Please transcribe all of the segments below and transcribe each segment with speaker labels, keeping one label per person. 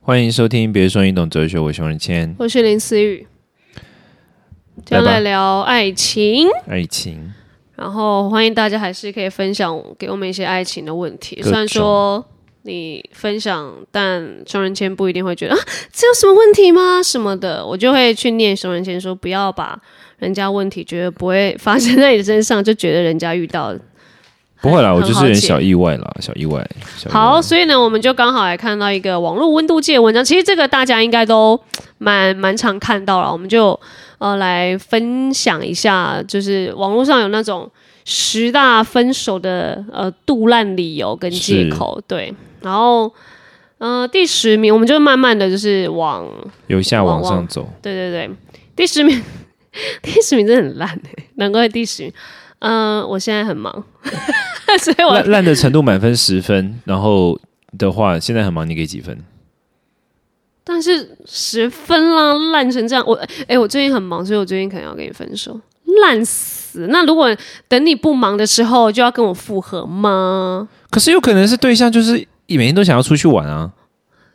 Speaker 1: 欢迎收听《别说你懂哲学》，我是王仁谦。
Speaker 2: 我是林思雨，今天
Speaker 1: 来吧
Speaker 2: 来聊爱情，
Speaker 1: 爱情，
Speaker 2: 然后欢迎大家还是可以分享给我们一些爱情的问题。
Speaker 1: 各
Speaker 2: 虽然说你分享，但熊仁谦不一定会觉得啊，这有什么问题吗？什么的，我就会去念熊仁谦说，不要把人家问题觉得不会发生在你身上，就觉得人家遇到
Speaker 1: 不会啦，
Speaker 2: 哎
Speaker 1: 我
Speaker 2: 很
Speaker 1: 就是有点小
Speaker 2: 好解
Speaker 1: 意外啦，小意外。小意外
Speaker 2: 好，，所以呢，我们就刚好来看到一个网络温度计的文章，其实这个大家应该都蛮蛮常看到了，我们就呃来分享一下，就是网络上有那种十大分手的呃杜烂理由跟借口，对，然后呃第十名，我们就慢慢的就是往
Speaker 1: 由下往
Speaker 2: 往
Speaker 1: 上
Speaker 2: 往
Speaker 1: 走，
Speaker 2: 对对对，第十名， 第十名真的很烂哎、难怪第十名，嗯、我现在很忙， 所以我
Speaker 1: 烂烂的程度满分十分，然后的话，现在很忙，你给几分？
Speaker 2: 但是十分啦，烂成这样，我哎、我最近很忙，所以我最近可能要跟你分手，烂死。那如果等你不忙的时候，就要跟我复合吗？
Speaker 1: 可是有可能是对象就是每天都想要出去玩啊，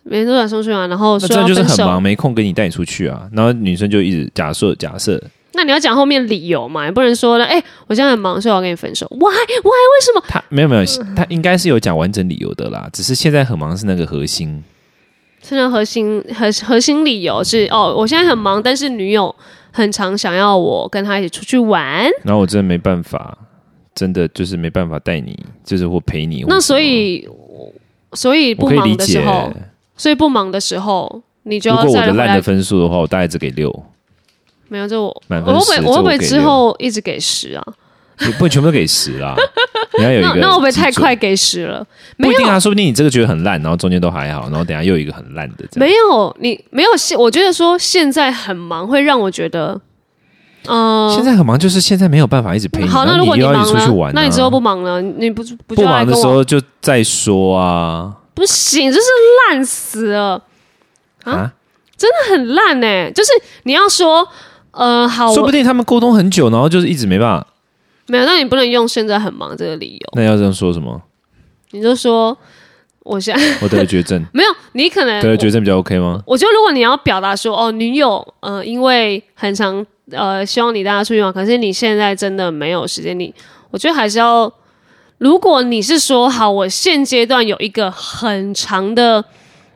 Speaker 2: 每天都想送去玩，然后
Speaker 1: 那
Speaker 2: 说
Speaker 1: 真的
Speaker 2: 要
Speaker 1: 就是
Speaker 2: 分
Speaker 1: 很忙，
Speaker 2: 手，
Speaker 1: 没空跟你带你出去啊。然后女生就一直假设假设，
Speaker 2: 那你要讲后面理由嘛，也不能说呢，哎、我现在很忙，所以我要跟你分手。哇，
Speaker 1: 她没有 没有，她应该是有讲完整理由的啦，只是现在很忙是那个核心。
Speaker 2: 真的核心核核心理由是哦，我现在很忙，但是女友很常想要我跟她一起出去玩。
Speaker 1: 然后我真的没办法，真的就是没办法带你，就是或陪你。或
Speaker 2: 那
Speaker 1: 什
Speaker 2: 所
Speaker 1: 么
Speaker 2: 以，所以
Speaker 1: 我
Speaker 2: 不
Speaker 1: 可以
Speaker 2: 忙
Speaker 1: 理
Speaker 2: 的时
Speaker 1: 解，
Speaker 2: 候，所以不忙的时候，你就
Speaker 1: 如
Speaker 2: 要
Speaker 1: 果我
Speaker 2: 再
Speaker 1: 的
Speaker 2: 回
Speaker 1: 烂
Speaker 2: 来
Speaker 1: 的分数的话，我大概只给六，
Speaker 2: 没有，这我
Speaker 1: 满分
Speaker 2: 我会不会
Speaker 1: 10
Speaker 2: 我会不
Speaker 1: 这我
Speaker 2: 会
Speaker 1: 给
Speaker 2: 之后一直给十啊？
Speaker 1: 你 不能全部都给十 啦。你要有一
Speaker 2: 那
Speaker 1: 个，
Speaker 2: 那会不会太快？给十了？
Speaker 1: 不
Speaker 2: 没
Speaker 1: 一定
Speaker 2: 有
Speaker 1: 啊，说不定你这个觉得很烂，然后中间都还好，然后等一下又有一个很烂的，这样
Speaker 2: 没有，你没有现，我觉得说现在很忙会让我觉得，嗯、
Speaker 1: 现在很忙，就是现在没有办法一直陪你。
Speaker 2: 好，
Speaker 1: 然
Speaker 2: 那
Speaker 1: 后
Speaker 2: 如果
Speaker 1: 你又要一
Speaker 2: 忙
Speaker 1: 起出去
Speaker 2: 了，
Speaker 1: 玩啊，
Speaker 2: 那你之后不忙了，你不不就
Speaker 1: 不
Speaker 2: 要来
Speaker 1: 忙的
Speaker 2: 跟
Speaker 1: 时
Speaker 2: 我？
Speaker 1: 候就再说啊
Speaker 2: 不行，就是烂死了，啊
Speaker 1: 啊！
Speaker 2: 那很烂哎、就是你要说，呃，好，
Speaker 1: 说不
Speaker 2: 我哦
Speaker 1: 定他们沟通很久，然后就是一直没办法。
Speaker 2: 没有，那你不能用现在很忙这个理由，
Speaker 1: 那要这样说什么？
Speaker 2: 你就说我现在 ，
Speaker 1: 我得了绝症
Speaker 2: 没有，你可能
Speaker 1: 得了绝症比较 OK 吗？
Speaker 2: 我觉得如果你要表达说哦，女友呃，因为很常呃希望你带她出去玩，可是你现在真的没有时间，你我觉得还是要，如果你是说好，我现阶段有一个很长的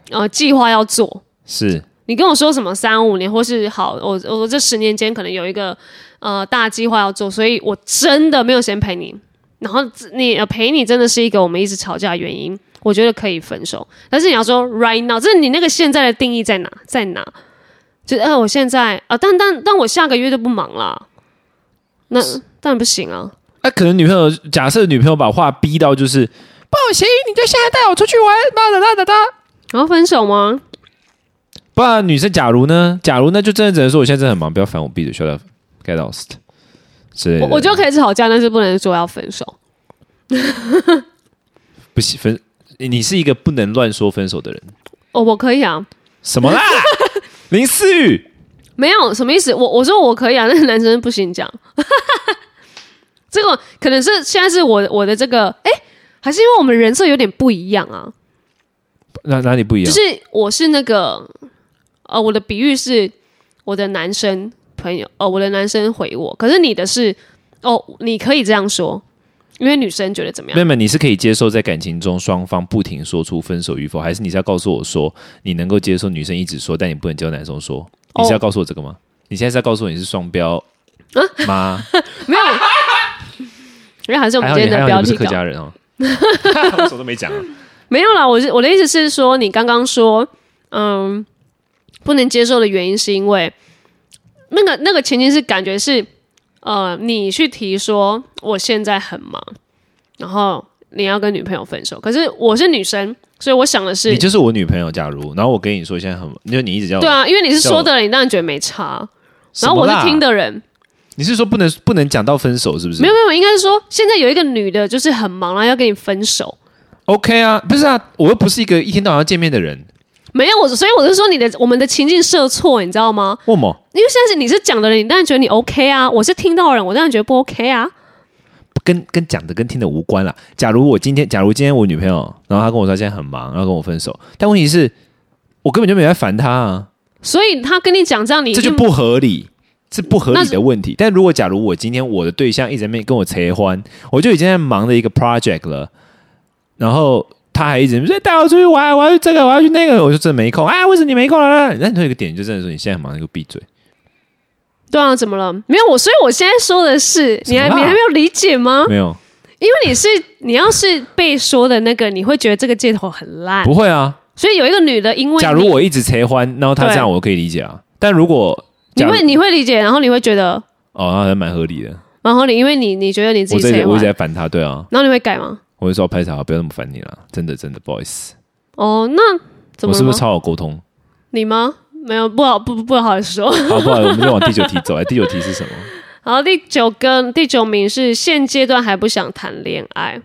Speaker 2: 呃计划要做，
Speaker 1: 是，
Speaker 2: 你跟我说什么三五年，或是好，我我这十年间可能有一个呃大计划要做，所以我真的没有时间陪你。然后你呃陪你真的是一个我们一直吵架的原因，我觉得可以分手。但是你要说 right now，就是你那个现在的定义在哪，在哪？就是呃我现在啊、但但但我下个月就不忙啦。那当然不行啊，
Speaker 1: 那、可能女朋友假设女朋友把话逼到就是不行，你就现在带我出去玩，哒哒哒哒哒。
Speaker 2: 然后分手吗？
Speaker 1: 不然女生假如呢？假如呢，就真的只能说我现在真的很忙，不要烦我，闭嘴，shut up，get lost 之类的。
Speaker 2: 我我觉得可以吵架，但是不能说要分手。
Speaker 1: 不行分，你是一个不能乱说分手的人。
Speaker 2: 哦，我可以啊，
Speaker 1: 什 么啦？林思雨，
Speaker 2: 没有什么意思，我我说我可以啊，但 是男生不行讲。 这个可能是现在是我我的这个，哎、还是因为我们人设有点不一样啊。
Speaker 1: 哪哪里不一样？
Speaker 2: 就是我是那个，呃，我的比喻是我的男生朋友，呃，我的男生回我，可是你的是，哦，你可以这样说，因为女生觉得怎么样？
Speaker 1: 妹妹，你是可以接受在感情中双方不停说出分手与否，还是你是要告诉我说你能够接受女生一直说，但你不能接受男生说？
Speaker 2: 哦
Speaker 1: 你是要告诉我这个吗？你现在是要告诉我你是双标
Speaker 2: 啊
Speaker 1: 吗？
Speaker 2: 没有，因为 还是我
Speaker 1: 还
Speaker 2: 们
Speaker 1: 好
Speaker 2: 今
Speaker 1: 你还
Speaker 2: 天的
Speaker 1: 好你
Speaker 2: 标
Speaker 1: 不
Speaker 2: 题
Speaker 1: 是客
Speaker 2: 稿。
Speaker 1: 家人 哦， 我什么都没讲啊。
Speaker 2: 没有啦，我是我的意思是说，你刚刚说，嗯，不能接受的原因是因为那个那个前提是感觉是，呃，你去提说我现在很忙，然后你要跟女朋友分手，可是我是女生，所以我想的是
Speaker 1: 你，就是我女朋友，假如，然后我跟你说现在很，就你一直叫我
Speaker 2: 对，啊，因为你是
Speaker 1: 叫
Speaker 2: 说的人，你当然觉得没差，然后
Speaker 1: 什么
Speaker 2: 我
Speaker 1: 啦
Speaker 2: 是听，的人，
Speaker 1: 你是说不能不能讲到分手是不是？
Speaker 2: 没有没有，应该是说现在有一个女的就是很忙然后要跟你分手。
Speaker 1: ，OK 啊，不是啊，我又不是一个一天到晚要见面的人，
Speaker 2: 没有我，所以我是说你的我们的情境设错，你知道吗？
Speaker 1: 为什么？
Speaker 2: 因为现在是你是讲的人，你当然觉得你 OK 啊；我是听到的人，我当然觉得不 OK 啊。
Speaker 1: 跟跟讲的跟听的无关啦。假如我今天，假如今天我女朋友，然后她跟我说她现在很忙，然后跟我分手，但问题是，我根本就没有在烦他啊，
Speaker 2: 所以他跟你讲这样，你
Speaker 1: 这就
Speaker 2: 硬
Speaker 1: 不合理，是不合
Speaker 2: 那
Speaker 1: 理
Speaker 2: 是
Speaker 1: 的问题。但如果假如我今天我的对象一直在那边跟我扯欢，我就已经在忙着一个 project 了，然后他还一直说带我出去玩，我要去这个，我要去那个，我就真的没空啊，为什么你没空了？那你有一个点就真的说你现在很忙，你给我闭嘴。
Speaker 2: 对啊，怎么了？没有我，所以我现在说的是，你还
Speaker 1: 什么
Speaker 2: 你
Speaker 1: 啦
Speaker 2: 还没有理解吗？
Speaker 1: 没有，
Speaker 2: 因为你是你要是被说的那个，你会觉得这个借口很烂
Speaker 1: 不。会啊。
Speaker 2: 所以有一个女的，因为
Speaker 1: 假如
Speaker 2: 你
Speaker 1: 我一直扯欢，然后他这样
Speaker 2: 对
Speaker 1: 我可以理解啊。但如果
Speaker 2: 你
Speaker 1: 假如
Speaker 2: 会你会理解，然后你会觉得
Speaker 1: 哦，那还蛮合理的。
Speaker 2: 蛮合理，因为你你觉得你自
Speaker 1: 我
Speaker 2: 己
Speaker 1: 这
Speaker 2: 谁
Speaker 1: 我一直
Speaker 2: 玩，
Speaker 1: 在烦他，对啊，
Speaker 2: 然后你会改吗？
Speaker 1: 我就说拍啥，不要那么烦你了，真的真的不好意思。
Speaker 2: 哦，那
Speaker 1: 我
Speaker 2: 怎么
Speaker 1: 是
Speaker 2: 了
Speaker 1: 不
Speaker 2: 吗
Speaker 1: 是？超好沟通？
Speaker 2: 你吗？没有，不好不不不好意思说。
Speaker 1: 好，不好意思，我们就往第九题走。哎，第九题是什么？
Speaker 2: 然后第九个第九名是现阶段还不想谈恋爱。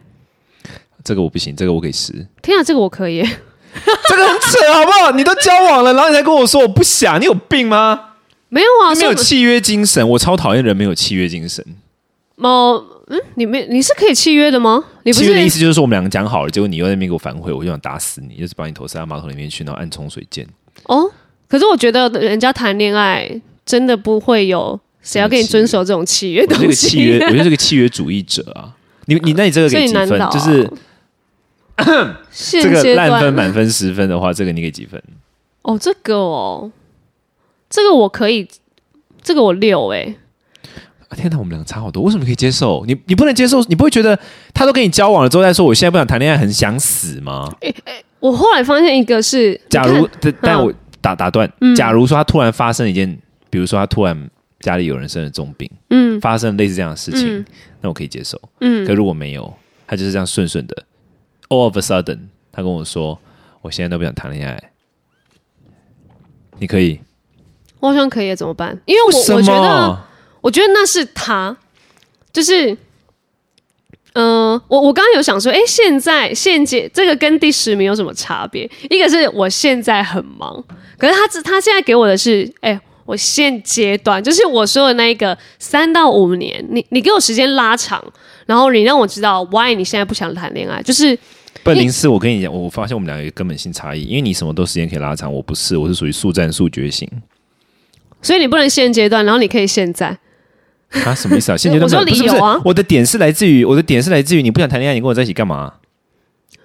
Speaker 1: 这个我不行，这个我可以试。
Speaker 2: 天啊，这个我可以 耶，
Speaker 1: 这个很扯，好不好？你都交往了，然后你才跟我说我不想，你有病吗？
Speaker 2: 没有啊，
Speaker 1: 没有
Speaker 2: 所以
Speaker 1: 契约精神，我超讨厌人没有契约精神。
Speaker 2: 我哦，嗯，你没你是可以契约的吗？你不
Speaker 1: 契约的意
Speaker 2: 是
Speaker 1: 思就是说我们两个讲好了，结果你又在那边给我反悔，我就想打死你，就是把你头塞到马桶里面去，然后按冲水键。
Speaker 2: 哦？可是我觉得人家谈恋爱真的不会有谁要跟你遵守 这种契约
Speaker 1: 我
Speaker 2: 东
Speaker 1: 这个
Speaker 2: 西。
Speaker 1: 契约，我就是个契约主义者啊。你你那你这个
Speaker 2: 所以
Speaker 1: 给几
Speaker 2: 难
Speaker 1: 分
Speaker 2: 倒？啊
Speaker 1: 就是这
Speaker 2: 现
Speaker 1: 个
Speaker 2: 阶
Speaker 1: 烂分
Speaker 2: 段
Speaker 1: 满分十分的话，这个你给几分？
Speaker 2: 哦，这个哦，这个我可以，这个我六哎、
Speaker 1: 啊天哪，我们两个差好多，为什么可以接受？你你不能接受，你不会觉得他都跟你交往了之后再说我现在不想谈恋爱，很想死吗？
Speaker 2: 我后来发现一个是，
Speaker 1: 假
Speaker 2: 你
Speaker 1: 如
Speaker 2: 看
Speaker 1: 但但
Speaker 2: 嗯
Speaker 1: 我打打断，假如说他突然发生一件，比如说他突然家里有人生了重病，
Speaker 2: 嗯
Speaker 1: 发生类似这样的事情，
Speaker 2: 嗯
Speaker 1: 那我可以接受。可
Speaker 2: 嗯，
Speaker 1: 如果没有，他就是这样顺顺的，all of a sudden，他跟我说我现在都不想谈恋爱，你可以？
Speaker 2: 我好像可以耶怎么办？因为我
Speaker 1: 什
Speaker 2: 我觉得
Speaker 1: 么？
Speaker 2: 我觉得那是他，就是，呃，我我刚刚有想说，哎，现在现阶这个跟第十名有什么差别？一个是我现在很忙，可是他只他现在给我的是，哎，我现阶段就是我说的那一个三到五年，你你给我时间拉长，然后你让我知道 why 你现在不想谈恋爱，就是
Speaker 1: 不，
Speaker 2: 因为
Speaker 1: 零四，我跟你讲，我发现我们两个有根本性差异，因为你什么都时间可以拉长，我不是，我是属于速战速决型。
Speaker 2: 所以你不能现阶段，然后你可以现在。
Speaker 1: 啊，什么意思啊？现阶段
Speaker 2: 我说
Speaker 1: 不是
Speaker 2: 理由啊
Speaker 1: 不是不是我的点是来自于我的点是来自于你不想谈恋爱，你跟我在一起干嘛？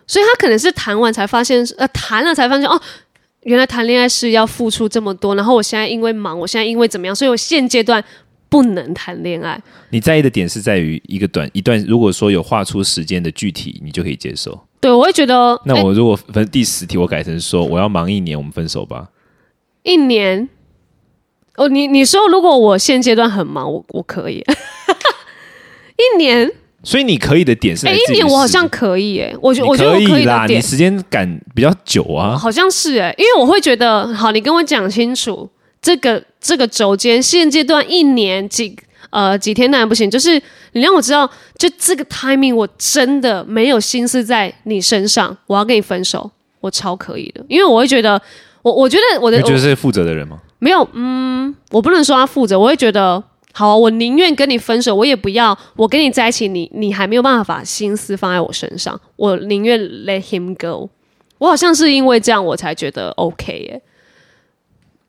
Speaker 2: 所以他可能是谈完才发现，呃，谈了才发现哦，原来谈恋爱是要付出这么多。然后我现在因为忙，我现在因为怎么样，所以我现阶段不能谈恋爱。
Speaker 1: 你在意的点是在于一个短一段，如果说有画出时间的具体，你就可以接受。
Speaker 2: 对，我会觉得
Speaker 1: 那
Speaker 2: 哎
Speaker 1: 我如果分第十题，我改成说我要忙一年，我们分手吧。
Speaker 2: 一年，哦，你你说如果我现阶段很忙，我我可以 一年，
Speaker 1: 所以你可以的点是
Speaker 2: 哎、
Speaker 1: 来自于
Speaker 2: 一年我好像
Speaker 1: 时
Speaker 2: 可以、哎，我觉
Speaker 1: 你
Speaker 2: 我觉得我
Speaker 1: 可
Speaker 2: 可以
Speaker 1: 啦，
Speaker 2: 的
Speaker 1: 你
Speaker 2: 点
Speaker 1: 时间感比较久啊。
Speaker 2: 好像是哎、因为我会觉得，好，你跟我讲清楚这个这个轴间，现阶段一年几呃几天当然不行，就是你让我知道，就这个 timing 我真的没有心思在你身上，我要跟你分手，我超可以的，因为我会觉得，我我觉得我的
Speaker 1: 你觉得
Speaker 2: 我
Speaker 1: 是负责的人吗？
Speaker 2: 没有，嗯，我不能说他负责，我会觉得。好、啊我宁愿跟你分手，我也不要我跟你在一起，你你还没有办法把心思放在我身上，我宁愿 let him go。我好像是因为这样，我才觉得 OK 耶、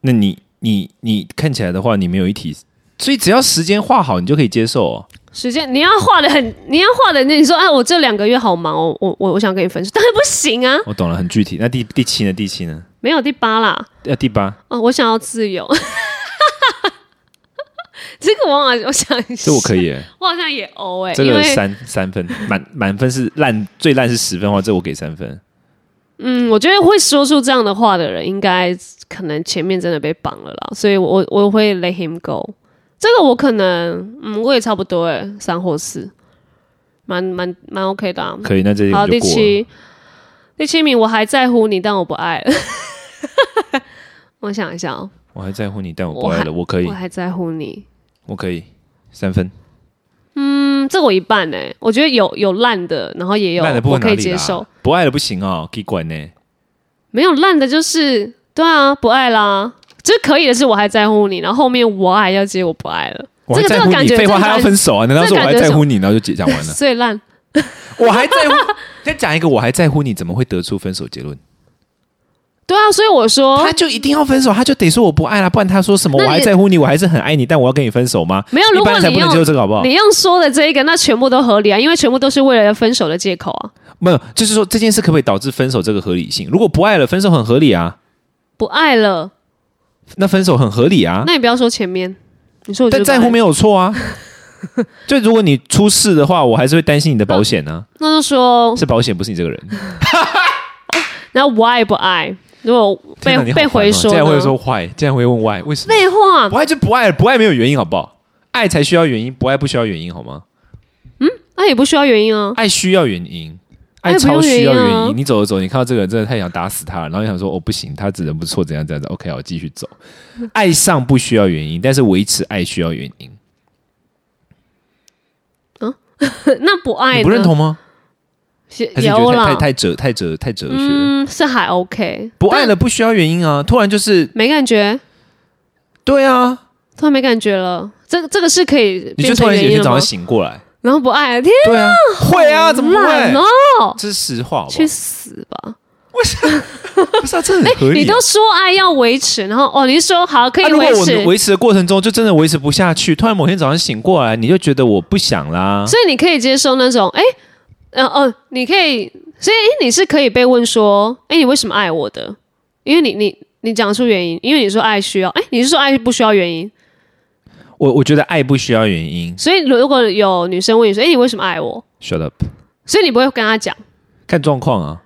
Speaker 1: 那你你你看起来的话，你没有一题，所以只要时间画好，你就可以接受、哦。
Speaker 2: 时间你要画的很，你要画的那你说，哎，我这两个月好忙哦，我我我想跟你分手，当然不行啊，
Speaker 1: 我懂了，很具体。那第第七呢？第七呢？
Speaker 2: 没有第八啦，
Speaker 1: 呃，第八，
Speaker 2: 啊，我想要自由。 这个我好像我想一下，
Speaker 1: 这我可以耶、
Speaker 2: 我好像也欧哎、
Speaker 1: 这
Speaker 2: 因
Speaker 1: 个
Speaker 2: 为
Speaker 1: 三三分，满满分是烂，最烂是十分的话，这我给三分。
Speaker 2: 嗯，我觉得会说出这样的话的人，应该可能前面真的被绑了啦，所以我我我会 let him go。这个我可能，嗯，我也差不多哎、三或四，蛮蛮蛮 OK 的、啊。
Speaker 1: 可以，那这题我
Speaker 2: 好，
Speaker 1: 们就
Speaker 2: 第
Speaker 1: 过了。
Speaker 2: 七，第七名，我还在乎你，但我不爱了。 我想一下哦，
Speaker 1: 我还在乎你，但我不
Speaker 2: 我
Speaker 1: 爱
Speaker 2: 还
Speaker 1: 了。我可以
Speaker 2: 我，还在乎你。
Speaker 1: 我可以，三分。
Speaker 2: 嗯，这我一半哎、我觉得有有烂的，然后也有
Speaker 1: 烂的部
Speaker 2: 我
Speaker 1: 分哪
Speaker 2: 可
Speaker 1: 里
Speaker 2: 以
Speaker 1: 啦
Speaker 2: 接受，，
Speaker 1: 不爱了不行哦，可以管呢。
Speaker 2: 没有烂的就是对啊，不爱啦。就是可以的是我还在乎你，然后后面我还要接我不爱了，
Speaker 1: 我还
Speaker 2: 这个
Speaker 1: 在
Speaker 2: 这
Speaker 1: 乎
Speaker 2: 个感
Speaker 1: 你，
Speaker 2: 觉
Speaker 1: 废
Speaker 2: 这
Speaker 1: 话
Speaker 2: 个
Speaker 1: 还要
Speaker 2: 感
Speaker 1: 分手啊？难道
Speaker 2: 这
Speaker 1: 是
Speaker 2: 个
Speaker 1: 我还
Speaker 2: 感觉
Speaker 1: 在
Speaker 2: 是
Speaker 1: 乎你，然后就结讲 完了？
Speaker 2: 最烂
Speaker 1: 我还在乎，再讲一个，我还在乎你，怎么会得出分手结论？
Speaker 2: 对啊，所以我说
Speaker 1: 他就一定要分手，他就得说我不爱了，不然他说什么
Speaker 2: 那
Speaker 1: 我
Speaker 2: 你
Speaker 1: 还在乎你，我还是很爱你，但我要跟你分手吗？
Speaker 2: 没有，如
Speaker 1: 一般
Speaker 2: 果
Speaker 1: 人才
Speaker 2: 你
Speaker 1: 不能接受
Speaker 2: 用
Speaker 1: 这个，好不好？
Speaker 2: 你用说的这一个，那全部都合理啊，因为全部都是为了分手的借口啊。
Speaker 1: 没有，就是说这件事可不可以导致分手这个合理性？如果不爱了，分手很合理啊，
Speaker 2: 不爱了，
Speaker 1: 那分手很合理啊，
Speaker 2: 那你不要说前面，你说我就
Speaker 1: 但
Speaker 2: 是
Speaker 1: 在
Speaker 2: 不爱
Speaker 1: 乎没有错 啊。就如果你出事的话，我还是会担心你的保险呢、
Speaker 2: 那就说
Speaker 1: 是保险，不是你 这个人。
Speaker 2: 那 why 不爱？如果被
Speaker 1: 天哪你好
Speaker 2: 被
Speaker 1: 烦哦
Speaker 2: 回说
Speaker 1: 竟然会
Speaker 2: 呢？
Speaker 1: 说 why，竟然会问 why，为什么？
Speaker 2: 废话
Speaker 1: 不，爱就不爱了，不爱没有原因，好不好？爱才需要原因，不爱不需要原因，好吗？
Speaker 2: 那也不需要原因啊。
Speaker 1: 爱需要原因，
Speaker 2: 爱
Speaker 1: 爱超需要原
Speaker 2: 不用原因啊
Speaker 1: 因。你走着走，你看到这个人真的太想打死他了，然后你想说哦不行，他只人不错，怎样怎样怎样，OK，好我继续 走。爱上不需要原因，但是维持爱需要原因。
Speaker 2: 那不爱
Speaker 1: 你
Speaker 2: 呢
Speaker 1: 不认同吗？
Speaker 2: 也
Speaker 1: 还是你觉
Speaker 2: 有
Speaker 1: 得太太太
Speaker 2: 啦，
Speaker 1: 哲太哲太哲学了？
Speaker 2: 嗯，是还 OK。
Speaker 1: 不爱了不需要原因啊，突然就是
Speaker 2: 没感觉，
Speaker 1: 对啊，
Speaker 2: 突然没感觉了。这这个是可以
Speaker 1: 你就突
Speaker 2: 变成
Speaker 1: 然有一
Speaker 2: 原因
Speaker 1: 天
Speaker 2: 了
Speaker 1: 早
Speaker 2: 吗
Speaker 1: 上？醒过来，
Speaker 2: 然后不爱了，天
Speaker 1: 对啊，会啊，怎么
Speaker 2: 烂
Speaker 1: 会？
Speaker 2: 哦，
Speaker 1: 这是实话好不
Speaker 2: 去
Speaker 1: 好，
Speaker 2: 死吧！
Speaker 1: 不是啊，这很合理
Speaker 2: 你
Speaker 1: 啊。
Speaker 2: 都说爱要维持，然后哦，你是说好可
Speaker 1: 那
Speaker 2: 以
Speaker 1: 如果
Speaker 2: 维
Speaker 1: 我
Speaker 2: 持，
Speaker 1: 维持的过程中就真的维持不下去，突然某天早上醒过来，你就觉得我不想啦。
Speaker 2: 所以你可以接受那种，哎、呃哦，你可以，所以哎你是可以被问说，哎、你为什么爱我的？因为你你你讲出原因，因为你说爱需要，哎、你是说爱不需要原因？
Speaker 1: 我我觉得爱不需要原因
Speaker 2: 所以如果有女生问你说，哎、你为什么爱我？
Speaker 1: ，shut up，
Speaker 2: 所以你不会跟她讲，
Speaker 1: 看状况啊，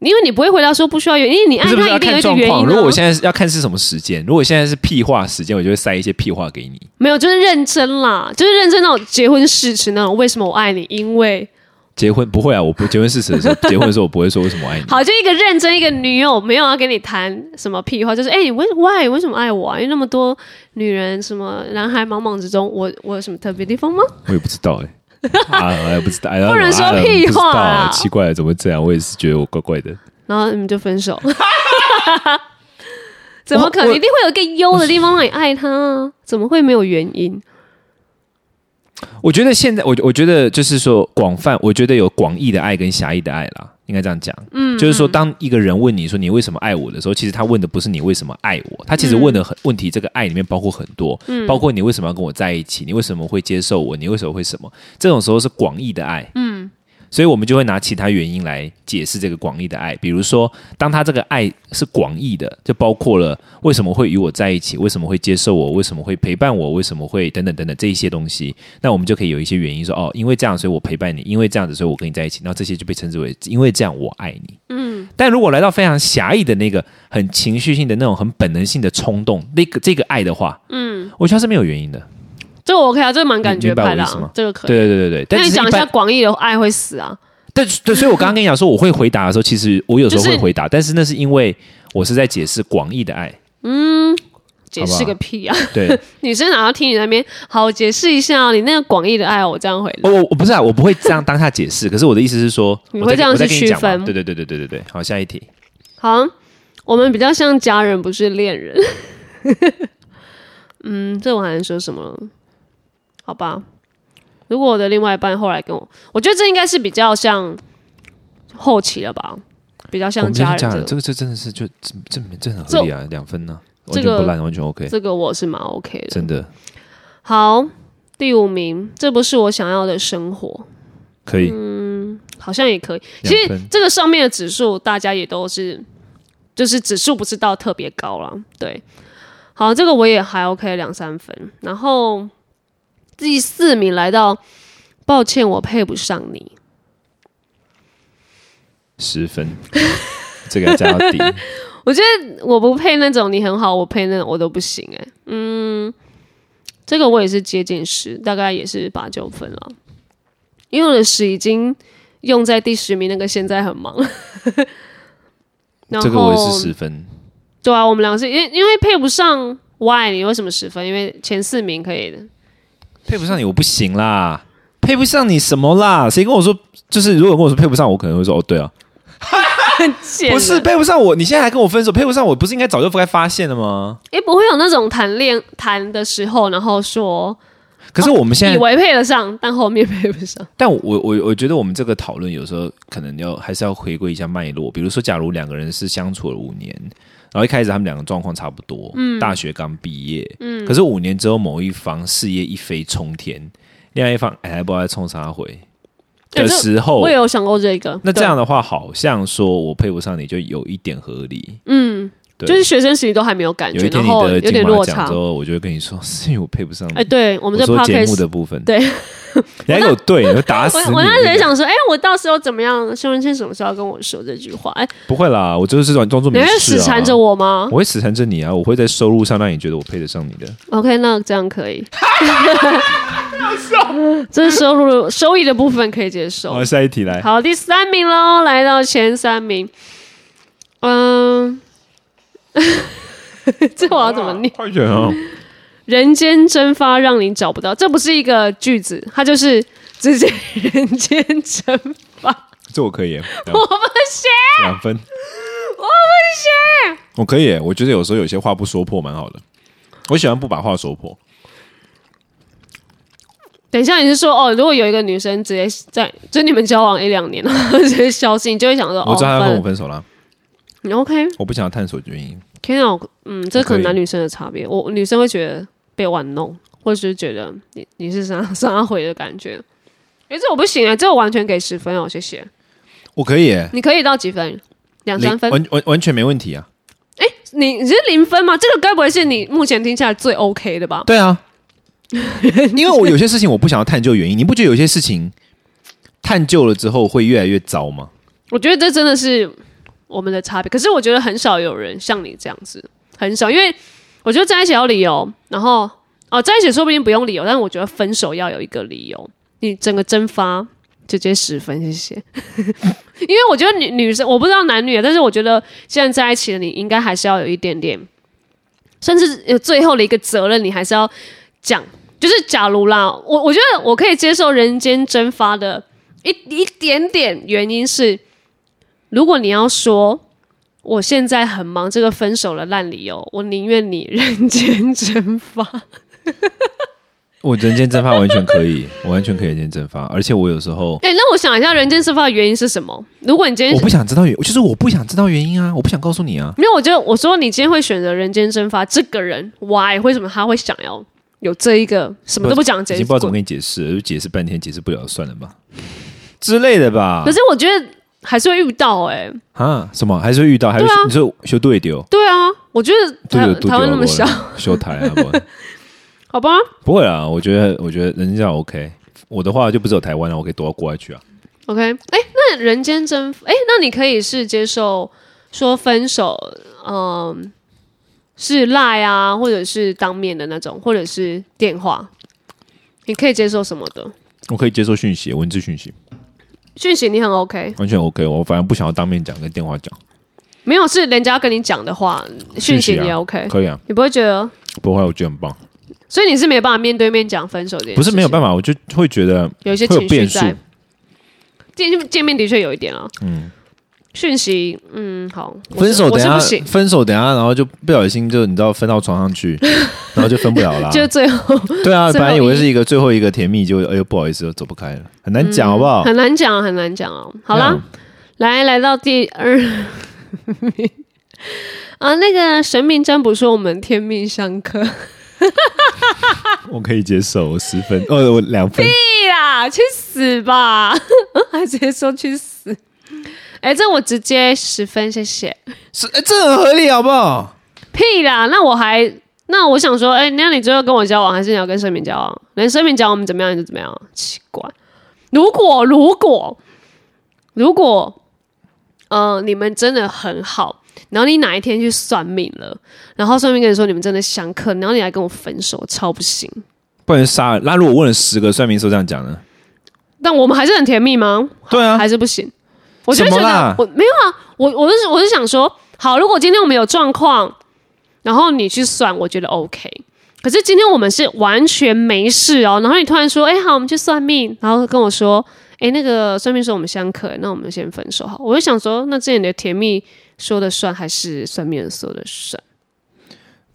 Speaker 2: 因为你不会回答说不需要原因，因为你
Speaker 1: 不
Speaker 2: 爱
Speaker 1: 是不
Speaker 2: 她
Speaker 1: 是要
Speaker 2: 一定有
Speaker 1: 看
Speaker 2: 一个
Speaker 1: 状
Speaker 2: 原因、啊。
Speaker 1: 况。如果我现在是要看是什么时间，如果现在是屁话时间，我就会塞一些屁话给你。
Speaker 2: 没有，就是认真啦，就是认真那种结婚誓词那种。为什么我爱你？因为
Speaker 1: 结婚不会啊，我不结婚事实的时候， 结婚的时候我不会说为什么我爱你。
Speaker 2: 好，就一个认真，一个女友没有要跟你谈什么屁话，就是哎、你为 why 为什么爱我啊？因为那么多女人，什么男孩茫茫之中，我我有什么特别地方吗？
Speaker 1: 我也不知道 哎、啊，我也不知道，哎呀
Speaker 2: 不能说
Speaker 1: 我啊
Speaker 2: 屁
Speaker 1: 不知道
Speaker 2: 话
Speaker 1: 啊
Speaker 2: 啊
Speaker 1: 奇怪，怎么会这样？我也是觉得我怪怪的。
Speaker 2: 然后你们就分手， 怎么可
Speaker 1: 我
Speaker 2: 能？
Speaker 1: 我
Speaker 2: 一定会有一个优的地方让你爱他、啊，怎么会没有原因？
Speaker 1: 我觉得现在，我我觉得就是说广泛，我觉得有广义的爱跟狭义的爱啦，应该这样讲。嗯，就是说，当一个人问你说你为什么爱我的时候，其实他问的不是你为什么爱我，他其实问的很、问题，这个爱里面包括很多，包括你为什么要跟我在一起，你为什么会接受我，你为什么会什么，这种时候是广义的爱。嗯。所以我们就会拿其他原因来解释这个广义的爱，比如说，当他这个爱是广义的，就包括了为什么会与我在一起，为什么会接受我，为什么会陪伴我，为什么会等等等等这一些东西，那我们就可以有一些原因说，哦，因为这样，所以我陪伴你；因为这样子，所以我跟你在一起。然后这些就被称之为因为这样我爱你。嗯，但如果来到非常狭义的那个很情绪性的那种很本能性的冲动，那个这个爱的话，嗯，我觉得它是没有原因的。
Speaker 2: 这个 OK 啊，这个蛮感
Speaker 1: 你
Speaker 2: 觉
Speaker 1: 明白我
Speaker 2: 派的、
Speaker 1: 意思吗
Speaker 2: 啊，这个可
Speaker 1: 对
Speaker 2: 以。
Speaker 1: 对对对对。但
Speaker 2: 那你
Speaker 1: 只是
Speaker 2: 讲
Speaker 1: 一
Speaker 2: 一下
Speaker 1: 般，
Speaker 2: 广义的爱会死啊？
Speaker 1: 但对，所以我刚刚跟你讲说，我会回答的时候，其实我有时候
Speaker 2: 就
Speaker 1: 会
Speaker 2: 是
Speaker 1: 回答，但是那是因为我是在解释广义的爱。
Speaker 2: 解释个屁啊！
Speaker 1: 对，
Speaker 2: 女生哪要听你那边？好，我解释一下、哦，你那个广义的爱，我这样回答。
Speaker 1: 我我不是啊，我不会这样当下解释。可是我的意思是说，
Speaker 2: 你
Speaker 1: 我
Speaker 2: 会
Speaker 1: 再
Speaker 2: 这样
Speaker 1: 我再
Speaker 2: 去
Speaker 1: 跟你
Speaker 2: 区
Speaker 1: 讲嘛
Speaker 2: 分
Speaker 1: 对对对对对对对。好，下一题。
Speaker 2: 好，我们比较像家人，不是恋人。 嗯，这我还能说什么呢？好吧，如果我的另外一半后来跟我，我觉得这应该是比较像后期了吧，比较
Speaker 1: 我
Speaker 2: 像
Speaker 1: 们哦就是
Speaker 2: 家人
Speaker 1: 家
Speaker 2: 这
Speaker 1: 人，
Speaker 2: 个。
Speaker 1: 这个这真的是就这这这很合理啊，两分呢、完
Speaker 2: 这
Speaker 1: 全
Speaker 2: 个
Speaker 1: 不烂，完全 OK，
Speaker 2: 这个我是蛮 OK 的。
Speaker 1: 真的
Speaker 2: 好，第五名，这不是我想要的生活，
Speaker 1: 可以
Speaker 2: 嗯好像也可以。其
Speaker 1: 两
Speaker 2: 实
Speaker 1: 分。
Speaker 2: 这个上面的指数大家也都是，就是指数不是到特别高了，对。好，这个我也还 OK 两三分，然后第四名来到，抱歉，我配不上你。
Speaker 1: 十分，这个要加 到底。
Speaker 2: 我不配那种你很好，我配那种我都不行哎、嗯，这个我也是接近十，大概也是八九分了，因为我的十已经用在第十名那个，现在很忙。 然后
Speaker 1: 这个我也是十分，
Speaker 2: 对啊，我们两个是因为因为配不上 Y，你为什么十分？因为前四名可以的。
Speaker 1: 配不上你我不行啦，配不上你什么啦？谁跟我说？就是如果跟我说配不上我，可能会说哦，对啊，
Speaker 2: 贱
Speaker 1: 不是
Speaker 2: 人，
Speaker 1: 配不上我，你现在还跟我分手，配不上我，不是应该
Speaker 2: 啊
Speaker 1: 早就该发现了吗？
Speaker 2: 也不会有那种谈恋谈的时候，然后说
Speaker 1: 可是我们现
Speaker 2: 以
Speaker 1: 在，
Speaker 2: 为配得上，但后面配不上。
Speaker 1: 但我我我觉得我们这个讨论有时候可能要还是要回归一下脉络。比如说，假如两个人是相处了五年，然后一开始他们两个状况差不多，嗯，大学刚毕业，嗯，可是五年之后某一方事业一飞冲天，另外一方哎还不知道在冲啥回
Speaker 2: 对
Speaker 1: 的
Speaker 2: 这
Speaker 1: 时候
Speaker 2: 我，也有想过这个。
Speaker 1: 哦那这
Speaker 2: 对
Speaker 1: 样的话，好像说我配不上你，就有一点合理。
Speaker 2: 嗯，
Speaker 1: 对
Speaker 2: 就是学生时期都还没有感
Speaker 1: 有
Speaker 2: 觉，
Speaker 1: 一天
Speaker 2: 然
Speaker 1: 你
Speaker 2: 后
Speaker 1: 得
Speaker 2: 有
Speaker 1: 金
Speaker 2: 点
Speaker 1: 马
Speaker 2: 落
Speaker 1: 奖
Speaker 2: 差
Speaker 1: 之。后，我就会跟你说，是因为我配不上你。
Speaker 2: 哎，对我
Speaker 1: 我
Speaker 2: 们这
Speaker 1: 说节目
Speaker 2: podcast，
Speaker 1: 的部分，
Speaker 2: 对，
Speaker 1: 你还有对，我打死
Speaker 2: 我
Speaker 1: 你！
Speaker 2: 我那时候想说，哎，我到时候怎么样？修文倩什么时候要跟我说这句话？哎，
Speaker 1: 不会啦，我嗯就是装装作
Speaker 2: 你
Speaker 1: 没
Speaker 2: 会
Speaker 1: 事
Speaker 2: 死
Speaker 1: 啊。
Speaker 2: 缠着我吗
Speaker 1: 我会死缠着你啊！我会在收入上让你觉得我配得上你的。
Speaker 2: ？OK，那这样可 以。 这是收入收益的部分可以接受。
Speaker 1: 好，下一题来。
Speaker 2: 好，第三名喽，来到前三名。嗯， 这我要怎么念？
Speaker 1: 快点啊！
Speaker 2: 人间蒸发让你找不到，这不是一个句子，它就是直接人间蒸发。
Speaker 1: 这我可以耶，
Speaker 2: 我不行，
Speaker 1: 两分。我不行，我可以耶。我觉得有时候有些话不说破蛮好的。我喜欢不把话说破。
Speaker 2: 等一下，你是说哦，如果有一个女生直接在就你们交往一两年，然后直接消失，你就会想说，
Speaker 1: 我知道他
Speaker 2: 哦分
Speaker 1: 跟我
Speaker 2: 了
Speaker 1: 分手啦，
Speaker 2: 你 OK？
Speaker 1: 我不想要探索原因。
Speaker 2: 天啊，我嗯，这
Speaker 1: 我
Speaker 2: 可
Speaker 1: 可以
Speaker 2: 能男女生的差别，我女生会觉得被玩弄，或者是觉得你你是 啥啥回的感觉。哎、这我不行啊，这我完全给十分哦，谢谢。
Speaker 1: 我可以耶，
Speaker 2: 你可以到几分？两三分？
Speaker 1: 完完完全没问题啊。
Speaker 2: 你你是零分吗？这个该不会是你目前听下来最 OK 的吧？
Speaker 1: 对 啊，因为我有些事情我不想要探究原因，你不觉得有些事情探究了之后会越来越糟吗？
Speaker 2: 我觉得这真的是我们的差别。可是我觉得很少有人像你这样子，很少，因为我觉得在一起要理由，然后哦，在一起说不定不用理由，但是我觉得分手要有一个理由。你整个蒸发直接十分，谢 谢。因为我觉得女女生，我不知道男女，但是我觉得既然在一起了，你应该还是要有一点点，甚至有最后的一个责任，你还是要讲。就是假如啦，我我觉得我可以接受人间蒸发的一一点点原因是，如果你要说我现在很忙，这个分手的烂理由，我宁愿你人间蒸 发。
Speaker 1: 我人间蒸发完全可以，我完全可以人间蒸发，而且我有时候
Speaker 2: 哎、那我想一下，人间蒸发的原因是什么？如果你今天
Speaker 1: 我不想知道原，就是我不想知道原因啊，我不想告诉你啊。
Speaker 2: 没有，我觉得我说你今天会选择人间蒸发这个人，why？为什么他会想要有这一个什么都不讲的
Speaker 1: 已
Speaker 2: 结
Speaker 1: 经不知道怎么
Speaker 2: 果？
Speaker 1: 跟你解释了，就解释半天解释不了，算了吧之类的吧
Speaker 2: 可。是我觉得还是会遇到哎、
Speaker 1: 啊，什么还是会遇到，还是、
Speaker 2: 对啊
Speaker 1: 你说修对丢，
Speaker 2: 对啊，我觉得
Speaker 1: 对
Speaker 2: 台
Speaker 1: 丢丢
Speaker 2: 台湾那么小，
Speaker 1: 修台啊不然，
Speaker 2: 好吧？
Speaker 1: 不会啊，我觉得我觉得人家 OK，我的话就不只有台湾了、我可以躲到国外去啊。
Speaker 2: OK，哎、那人间蒸发，哎、那你可以是接受说分手，嗯，是赖啊，或者是当面的那种，或者是电话，你可以接受什么的
Speaker 1: 我可以接受讯息，文字讯息
Speaker 2: 讯息？你很 OK，
Speaker 1: 完全 OK，我反正不想要当面讲，跟电话讲
Speaker 2: 没有是人家要跟你讲的话，讯
Speaker 1: 讯
Speaker 2: 息
Speaker 1: 息啊
Speaker 2: 你也 OK，、
Speaker 1: 可以啊，
Speaker 2: 你不会觉得，
Speaker 1: 不会，我觉得很棒。
Speaker 2: 所以你是没有办法面对面讲分手这件事，
Speaker 1: 不是没有办法，我就会觉得
Speaker 2: 有一些
Speaker 1: 会有
Speaker 2: 情绪
Speaker 1: 变数
Speaker 2: 在。见见面的确有一点啊，嗯，讯息，嗯，好，我
Speaker 1: 分
Speaker 2: 是
Speaker 1: 手
Speaker 2: 我
Speaker 1: 等
Speaker 2: 是不
Speaker 1: 下啊
Speaker 2: 行，
Speaker 1: 分手等下，然后就不小心就你知道分到床上去， 然后就分不了啦。
Speaker 2: 就最后
Speaker 1: 对啊，
Speaker 2: 最
Speaker 1: 本来
Speaker 2: 后
Speaker 1: 以为
Speaker 2: 一
Speaker 1: 是一个最后一个甜蜜，结果哎呦不好意思，又走不开了，很难讲好不 好？
Speaker 2: 很难讲啊，很难讲哦、好啦，
Speaker 1: 哦嗯
Speaker 2: 来来到第二 名啊，那个神明占卜说我们天命相克， 哎
Speaker 1: 我可以接受，我十分，呃，我两分。
Speaker 2: 对啦，去死吧！ 还直接说去死。哎、这我直接十分，谢谢。
Speaker 1: 是，哎这很合理好不好？
Speaker 2: 屁啦，那我还那我想说，哎、那你最后跟我交往，还是你要跟神明交往？连神明交往我们怎么样你就怎么样，奇怪。如果如果如果，呃，你们真的很好，然后你哪一天去算命了，然后算命跟你说你们真的相克，然后你来跟我分手，超不行。
Speaker 1: 不然就杀了。那如果问了十个算命师都这样讲呢？
Speaker 2: 但我们还是很甜蜜吗？
Speaker 1: 对啊，
Speaker 2: 还是不行？我就
Speaker 1: 什
Speaker 2: 觉
Speaker 1: 么
Speaker 2: 得
Speaker 1: 啦
Speaker 2: 我没有啊，我我是我是想说，好，如果今天我们有状况，然后你去算，我觉得 OK。可是今天我们是完全没事哦，然后你突然说，哎、好，我们去算命，然后跟我说，哎、那个算命说我们相克，那我们先分手好。我就想说，那之前你的甜蜜说的算，还是算命的说的算？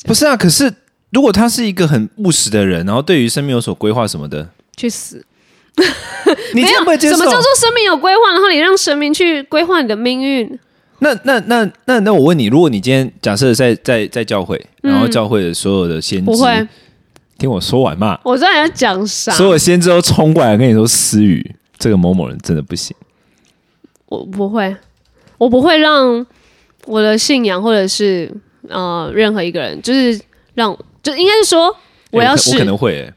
Speaker 1: 不是啊，可是如果他是一个很务实的人，然后对于生命有所规划什么的，
Speaker 2: 去死！
Speaker 1: 你
Speaker 2: 没
Speaker 1: 这样
Speaker 2: 有
Speaker 1: 不能接
Speaker 2: 什
Speaker 1: 受
Speaker 2: 么？叫做生命有规划，然后你让神明去规划你的命
Speaker 1: 嗯
Speaker 2: 运，
Speaker 1: 那那那那那我问你，如果你今天假设在在在教会，然后教会的所有的先知，
Speaker 2: 嗯不会？
Speaker 1: 听我说完嘛，
Speaker 2: 我知道你在讲啥。
Speaker 1: 所有先知都冲过来跟你说私语，这个某某人真的不行。
Speaker 2: 我不会，我不会让我的信仰或者是呃任何一个人，就是让，就应该是说我
Speaker 1: 欸
Speaker 2: 要
Speaker 1: 可我
Speaker 2: 试
Speaker 1: 可，能会、欸。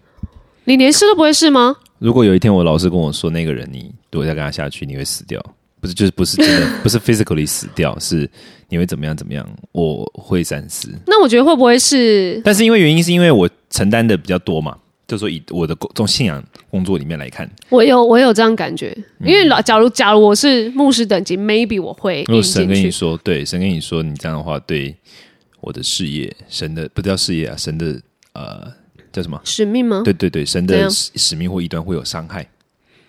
Speaker 2: 你连试都不会试吗？
Speaker 1: 如果有一天我老师跟我说那个人，你如果再跟他下去，你会死掉，不是就是不是真 的不是 physically 死掉，是你会怎么样怎么样，我会三思。
Speaker 2: 那我觉得会不会是
Speaker 1: 但是因为原因是因为我承担的比较多嘛，就说以我的工从信仰工作里面来看，
Speaker 2: 我有我有这样感觉？
Speaker 1: 嗯
Speaker 2: 因为老假如假如我是牧师等级，maybe 我会
Speaker 1: 如
Speaker 2: 引
Speaker 1: 果神
Speaker 2: 进
Speaker 1: 跟你
Speaker 2: 去。
Speaker 1: 说，对神跟你说你这样的话，对我的事业，神的不叫事业啊，神的呃叫什么？
Speaker 2: 使命吗？
Speaker 1: 对对对，神
Speaker 2: 怎
Speaker 1: 的
Speaker 2: 样
Speaker 1: 使使命或异端会有伤害。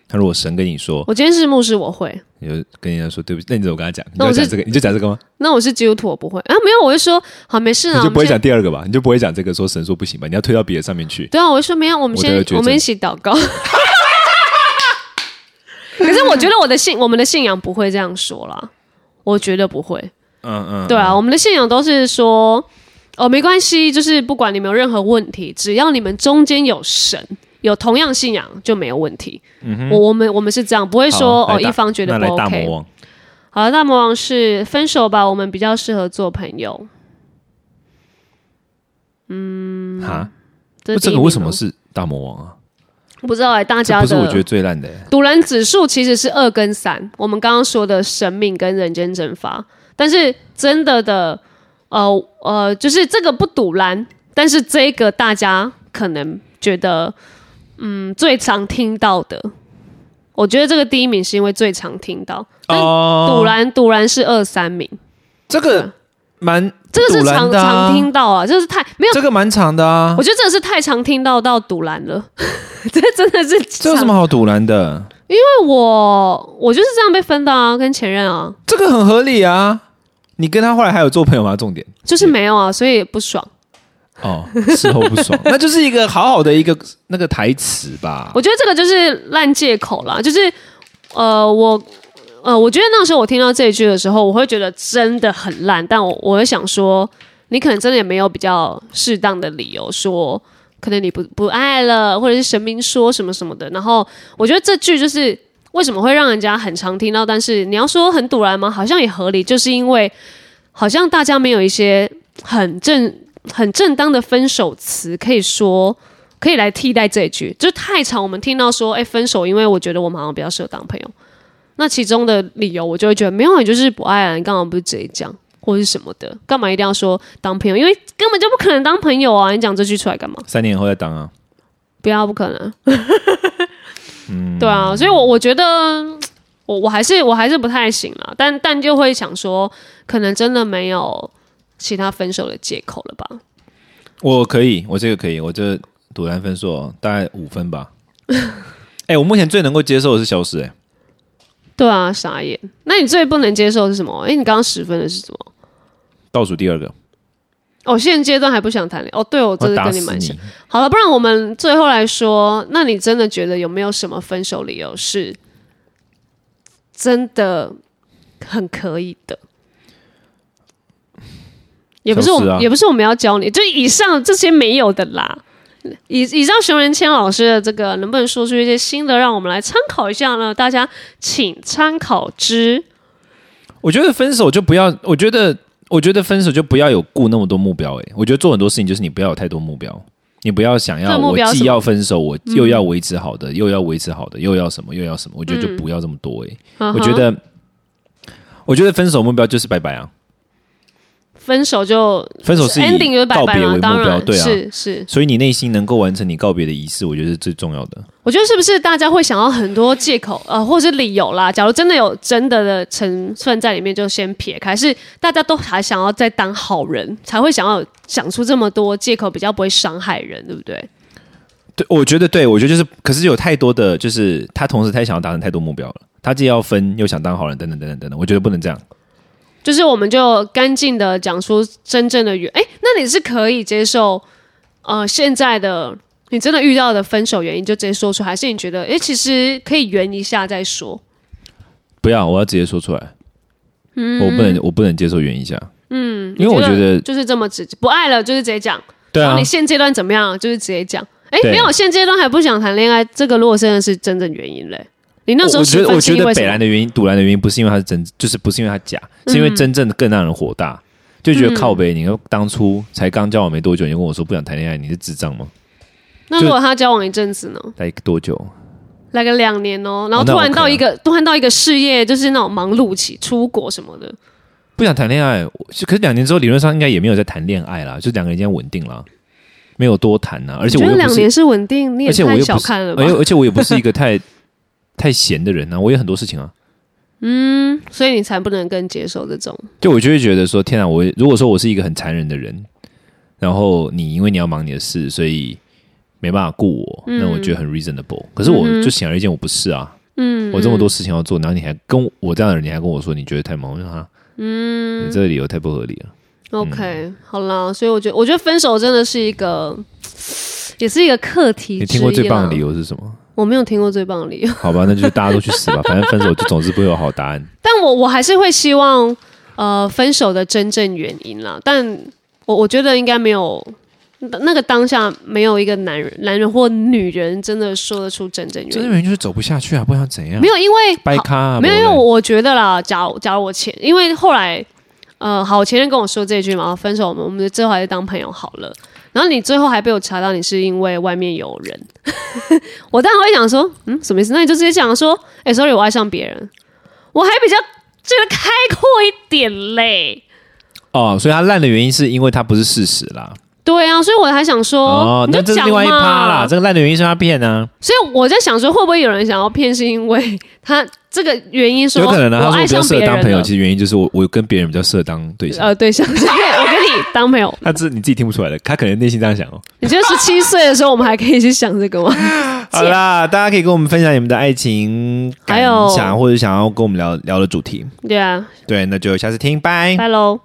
Speaker 1: 那如果神跟你说，
Speaker 2: 我今天是牧师，我会。
Speaker 1: 你就跟人家说对不起，那你怎么跟他讲？你
Speaker 2: 那
Speaker 1: 就
Speaker 2: 我
Speaker 1: 讲
Speaker 2: 就
Speaker 1: 这个，你就讲这个吗？
Speaker 2: 那我是基督徒，我不会啊，没有，我就说好，没事啊，
Speaker 1: 你
Speaker 2: 我
Speaker 1: 就
Speaker 2: 们
Speaker 1: 不会
Speaker 2: 先
Speaker 1: 讲第二个吧？你就不会讲这个说神说不行吧？你要推到别的上面去。
Speaker 2: 对啊，我就说没有，我们
Speaker 1: 我
Speaker 2: 先
Speaker 1: 得了绝症
Speaker 2: 我们一起祷告。可是我觉得我的信，我们的信仰不会这样说啦，我觉得不会。
Speaker 1: 嗯嗯，
Speaker 2: 对啊，我们的信仰都是说，哦，没关系，就是不管你们有任何问题，只要你们中间有神，有同样信仰就没有问题。我我们我们是这样，不会
Speaker 1: 会
Speaker 2: 说哦一方觉得不
Speaker 1: 嗯那来大
Speaker 2: OK。
Speaker 1: 魔王，
Speaker 2: 好了，大魔王是分手吧，我们比较适合做朋友。
Speaker 1: 哈，
Speaker 2: 嗯这
Speaker 1: 不
Speaker 2: 是
Speaker 1: 这
Speaker 2: 第一
Speaker 1: 个
Speaker 2: 名
Speaker 1: 为什么
Speaker 2: 吗
Speaker 1: 是大魔王啊？
Speaker 2: 我不知道哎、大
Speaker 1: 这
Speaker 2: 家
Speaker 1: 不是
Speaker 2: 的
Speaker 1: 我觉得最烂的欸。
Speaker 2: 独蓝指数其实是二跟三，我们刚刚说的神明跟人间蒸发，但是真的的，呃呃，就是这个不独蓝，但是这个大家可能觉得，嗯，最常听到的，我觉得这个第一名是因为最常听到，但
Speaker 1: 哦
Speaker 2: 独蓝独蓝是二三名，
Speaker 1: 这个蛮
Speaker 2: 这个是
Speaker 1: 堵
Speaker 2: 常
Speaker 1: 拦的啊
Speaker 2: 常听到啊，这是太没有，
Speaker 1: 这个蛮长的啊
Speaker 2: 我，觉得真的是太常听到到独蓝了， 这真的是
Speaker 1: 这有什
Speaker 2: 常
Speaker 1: 么好堵拦的？
Speaker 2: 因为我我就是这样被分的啊，跟前任啊。
Speaker 1: 这个很合理啊。你跟他后来还有做朋友吗？重点
Speaker 2: 就是没有啊，所以不爽。
Speaker 1: 哦，事后不爽， 那就是一个好好的一个那个台词吧。
Speaker 2: 我觉得这个就是烂借口啦，就是呃，我呃，我觉得那时候我听到这一句的时候，我会觉得真的很烂，但我我会想说，你可能真的也没有比较适当的理由说。可能你不不爱了，或者是神明说什么什么的。然后我觉得这句就是为什么会让人家很常听到，但是你要说很堵然吗？好像也合理，就是因为好像大家没有一些很正很正当的分手词可以说，可以来替代这一句。就是太长，我们听到说，哎、分手，因为我觉得我们好像比较适合当朋友。那其中的理由，我就会觉得没有，你就是不爱啊，你干嘛不直接讲，或是什么的？干嘛一定要说当朋友？因为根本就不可能当朋友啊！你讲这句出来干嘛？
Speaker 1: 三年后再当啊，
Speaker 2: 不要，不可能。 对啊，所以我我觉得我我还是我还是不太行啦，但但就会想说，可能真的没有其他分手的借口了吧？
Speaker 1: 我可以，我这个可以，我这赌篮分数哦大概五分 吧。哎、我目前最能够接受的是消失、哎，
Speaker 2: 对啊，傻眼。那你最不能接受的是什么？哎诶，你刚刚十分的是什么？
Speaker 1: 倒数第二个，
Speaker 2: 哦，现阶段还不想谈恋爱。哦，对，我真
Speaker 1: 我
Speaker 2: 的
Speaker 1: 打
Speaker 2: 跟你
Speaker 1: 死
Speaker 2: 蛮像
Speaker 1: 你。！
Speaker 2: 好了，不然我们最后来说，那你真的觉得有没有什么分手理由是真的很可以的？也不是我
Speaker 1: 消失
Speaker 2: 们，
Speaker 1: 啊
Speaker 2: 也不是我们要教你，就以上这些没有的啦。以以上熊仁谦老师的这个，能不能说出一些新的，让我们来参考一下呢？大家请参考之。
Speaker 1: 我觉得分手就不要，我觉得，我觉得分手就不要有顾那么多目标、哎，我觉得做很多事情就是你不要有太多目标，你不要想
Speaker 2: 这
Speaker 1: 要
Speaker 2: 个目
Speaker 1: 我
Speaker 2: 标
Speaker 1: 既
Speaker 2: 是什么嗯
Speaker 1: 要分手，我又要维持好的，又要维持好的，又要什么，又要什么，我觉
Speaker 2: 嗯
Speaker 1: 得就不要这么多、哎、我
Speaker 2: 我
Speaker 1: 觉得，我觉得分手目标就是拜拜啊，
Speaker 2: 分手就
Speaker 1: 分手是以
Speaker 2: ending 就是拜
Speaker 1: 告
Speaker 2: 拜
Speaker 1: 别为
Speaker 2: 嘛，
Speaker 1: 目
Speaker 2: 当
Speaker 1: 标，
Speaker 2: 然
Speaker 1: 对啊。
Speaker 2: 是是。
Speaker 1: 所以你内心能够完成你告别的仪式，我觉得是最重要的。
Speaker 2: 我觉得是不是大家会想要很多借口，呃，或是理由啦？假如真的有真的的成分在里面，就先撇开。是大家都还想要再当好人，才会想要想出这么多借口，比较不会伤害人，对不对？
Speaker 1: 对，我觉得对，我觉得就是，可是有太多的，就是他同时他也想要达成太多目标了，他既要分又想当好人，等等等等等等，我觉得不能这样。
Speaker 2: 就是我们就干净的讲出真正的原，哎，那你是可以接受，呃现在的你真的遇到的分手原因，就直接说出来，还是你觉得诶其实可以圆一下再说？
Speaker 1: 不要，我要直接说出来。
Speaker 2: 嗯
Speaker 1: 我不能，我不能接受原因下。嗯，因为我觉得，
Speaker 2: 就是这么直，不爱了就是直接讲。
Speaker 1: 对
Speaker 2: 然
Speaker 1: 啊
Speaker 2: 哦后你，现阶段怎么样，就是直接讲。诶，
Speaker 1: 对
Speaker 2: 没有，现阶段还不想谈恋爱，这个如果真的是真正原因嘞，你那
Speaker 1: 我
Speaker 2: 时候
Speaker 1: 我觉
Speaker 2: 十
Speaker 1: 得，
Speaker 2: 分
Speaker 1: 我
Speaker 2: 心
Speaker 1: 觉
Speaker 2: 意
Speaker 1: 得
Speaker 2: 为什
Speaker 1: 北
Speaker 2: 么
Speaker 1: 兰的原因，堵兰的原因不是因为他是真，就是不是因为他假，是因为真正更让人火大，
Speaker 2: 嗯
Speaker 1: 就觉得靠北，你当初才刚交往没多久，你就跟我说不想谈恋爱，你是智障吗？
Speaker 2: 那如果他交往一阵子呢？
Speaker 1: 来多久？
Speaker 2: 来个两年哦，然后
Speaker 1: 哦那
Speaker 2: 突然
Speaker 1: OK
Speaker 2: 到
Speaker 1: 啊
Speaker 2: 一个、突然到一个事业，就是那种忙碌期，出国什么的。
Speaker 1: 不想谈恋爱，我可是两年之后理论上应该也没有在谈恋爱啦，就两个人已经稳定了，没有多谈呐、而且
Speaker 2: 我
Speaker 1: 我又
Speaker 2: 觉得两
Speaker 1: 不是，
Speaker 2: 年是稳定，你也
Speaker 1: 而且我
Speaker 2: 太
Speaker 1: 又
Speaker 2: 小
Speaker 1: 不是，哎
Speaker 2: 看了
Speaker 1: 而
Speaker 2: 吧？
Speaker 1: 且而且我也不是一个 太太闲的人啊，我有很多事情啊，
Speaker 2: 嗯所以你才不能更接受这种。
Speaker 1: 就我就会觉得说，天啊，我如果说我是一个很残忍的人，然后你因为你要忙你的事，所以没办法顾我，
Speaker 2: 嗯
Speaker 1: 那我觉得很 reasonable。可是我就显而易见我不是啊，嗯，我这么多事情要做，然后你还跟我我这样的人，你还跟我说你觉得太忙，我就说啊，嗯，你这个理由太不合理了。
Speaker 2: OK，、好啦，所以我觉得，我觉得分手真的是一个，也是一个课题。
Speaker 1: 你听过最棒的理
Speaker 2: 由？
Speaker 1: 由是什么？
Speaker 2: 我没有听过最棒的理由，
Speaker 1: 好吧，那就大家都去 死吧，反正分手就总是不会有好答案。
Speaker 2: 但我我还是会希望，呃，分手的真正原因啦。但我我觉得应该没有。那个当下没有一个男人、男人或女人真的说得出真正原
Speaker 1: 真的
Speaker 2: 因，
Speaker 1: 原因就是走不下去啊，不想怎样
Speaker 2: 没，有因为
Speaker 1: 掰咖、啊、
Speaker 2: 没有，因为
Speaker 1: 不然
Speaker 2: 我我觉得啦，假如假如我前，因为后来，呃，好，我前任跟我说这句嘛，哦分手我们我们最后还是当朋友好了。然后你最后还被我查到你是因为外面有人， 我当然会想说，嗯，什么意思？那你就直接讲说，哎、s o r r y 我爱上别人，我还比较觉得开阔一点嘞。
Speaker 1: 哦，所以他烂的原因是因为他不是事实啦。
Speaker 2: 对啊，所以我还想说，
Speaker 1: 哦，
Speaker 2: 你
Speaker 1: 那
Speaker 2: 就
Speaker 1: 这是
Speaker 2: 讲
Speaker 1: 另外一趴
Speaker 2: 嘛
Speaker 1: 啦，这个烂的原因是他骗啊。
Speaker 2: 所以我在想说，会不会有人想要骗，是因为他这个原因说，哦
Speaker 1: 有可能啊，
Speaker 2: 我
Speaker 1: 他说
Speaker 2: 爱
Speaker 1: 我比较
Speaker 2: 上
Speaker 1: 适
Speaker 2: 别
Speaker 1: 合
Speaker 2: 人
Speaker 1: 当朋友，
Speaker 2: 了
Speaker 1: 其实原因就是我我跟别人比较适合当对象。
Speaker 2: 呃对 象，所以我跟你当朋友。
Speaker 1: 他这你自己听不出来的，他可能内心这样想 哦。
Speaker 2: 你觉得十七岁的时候我们还可以去想这个吗？
Speaker 1: 好啦，大家可以跟我们分享你们的爱情
Speaker 2: 还有
Speaker 1: 感想，或者想要跟我们聊聊的主题。
Speaker 2: 对啊，
Speaker 1: 对，那就下次听，拜。
Speaker 2: 拜喽。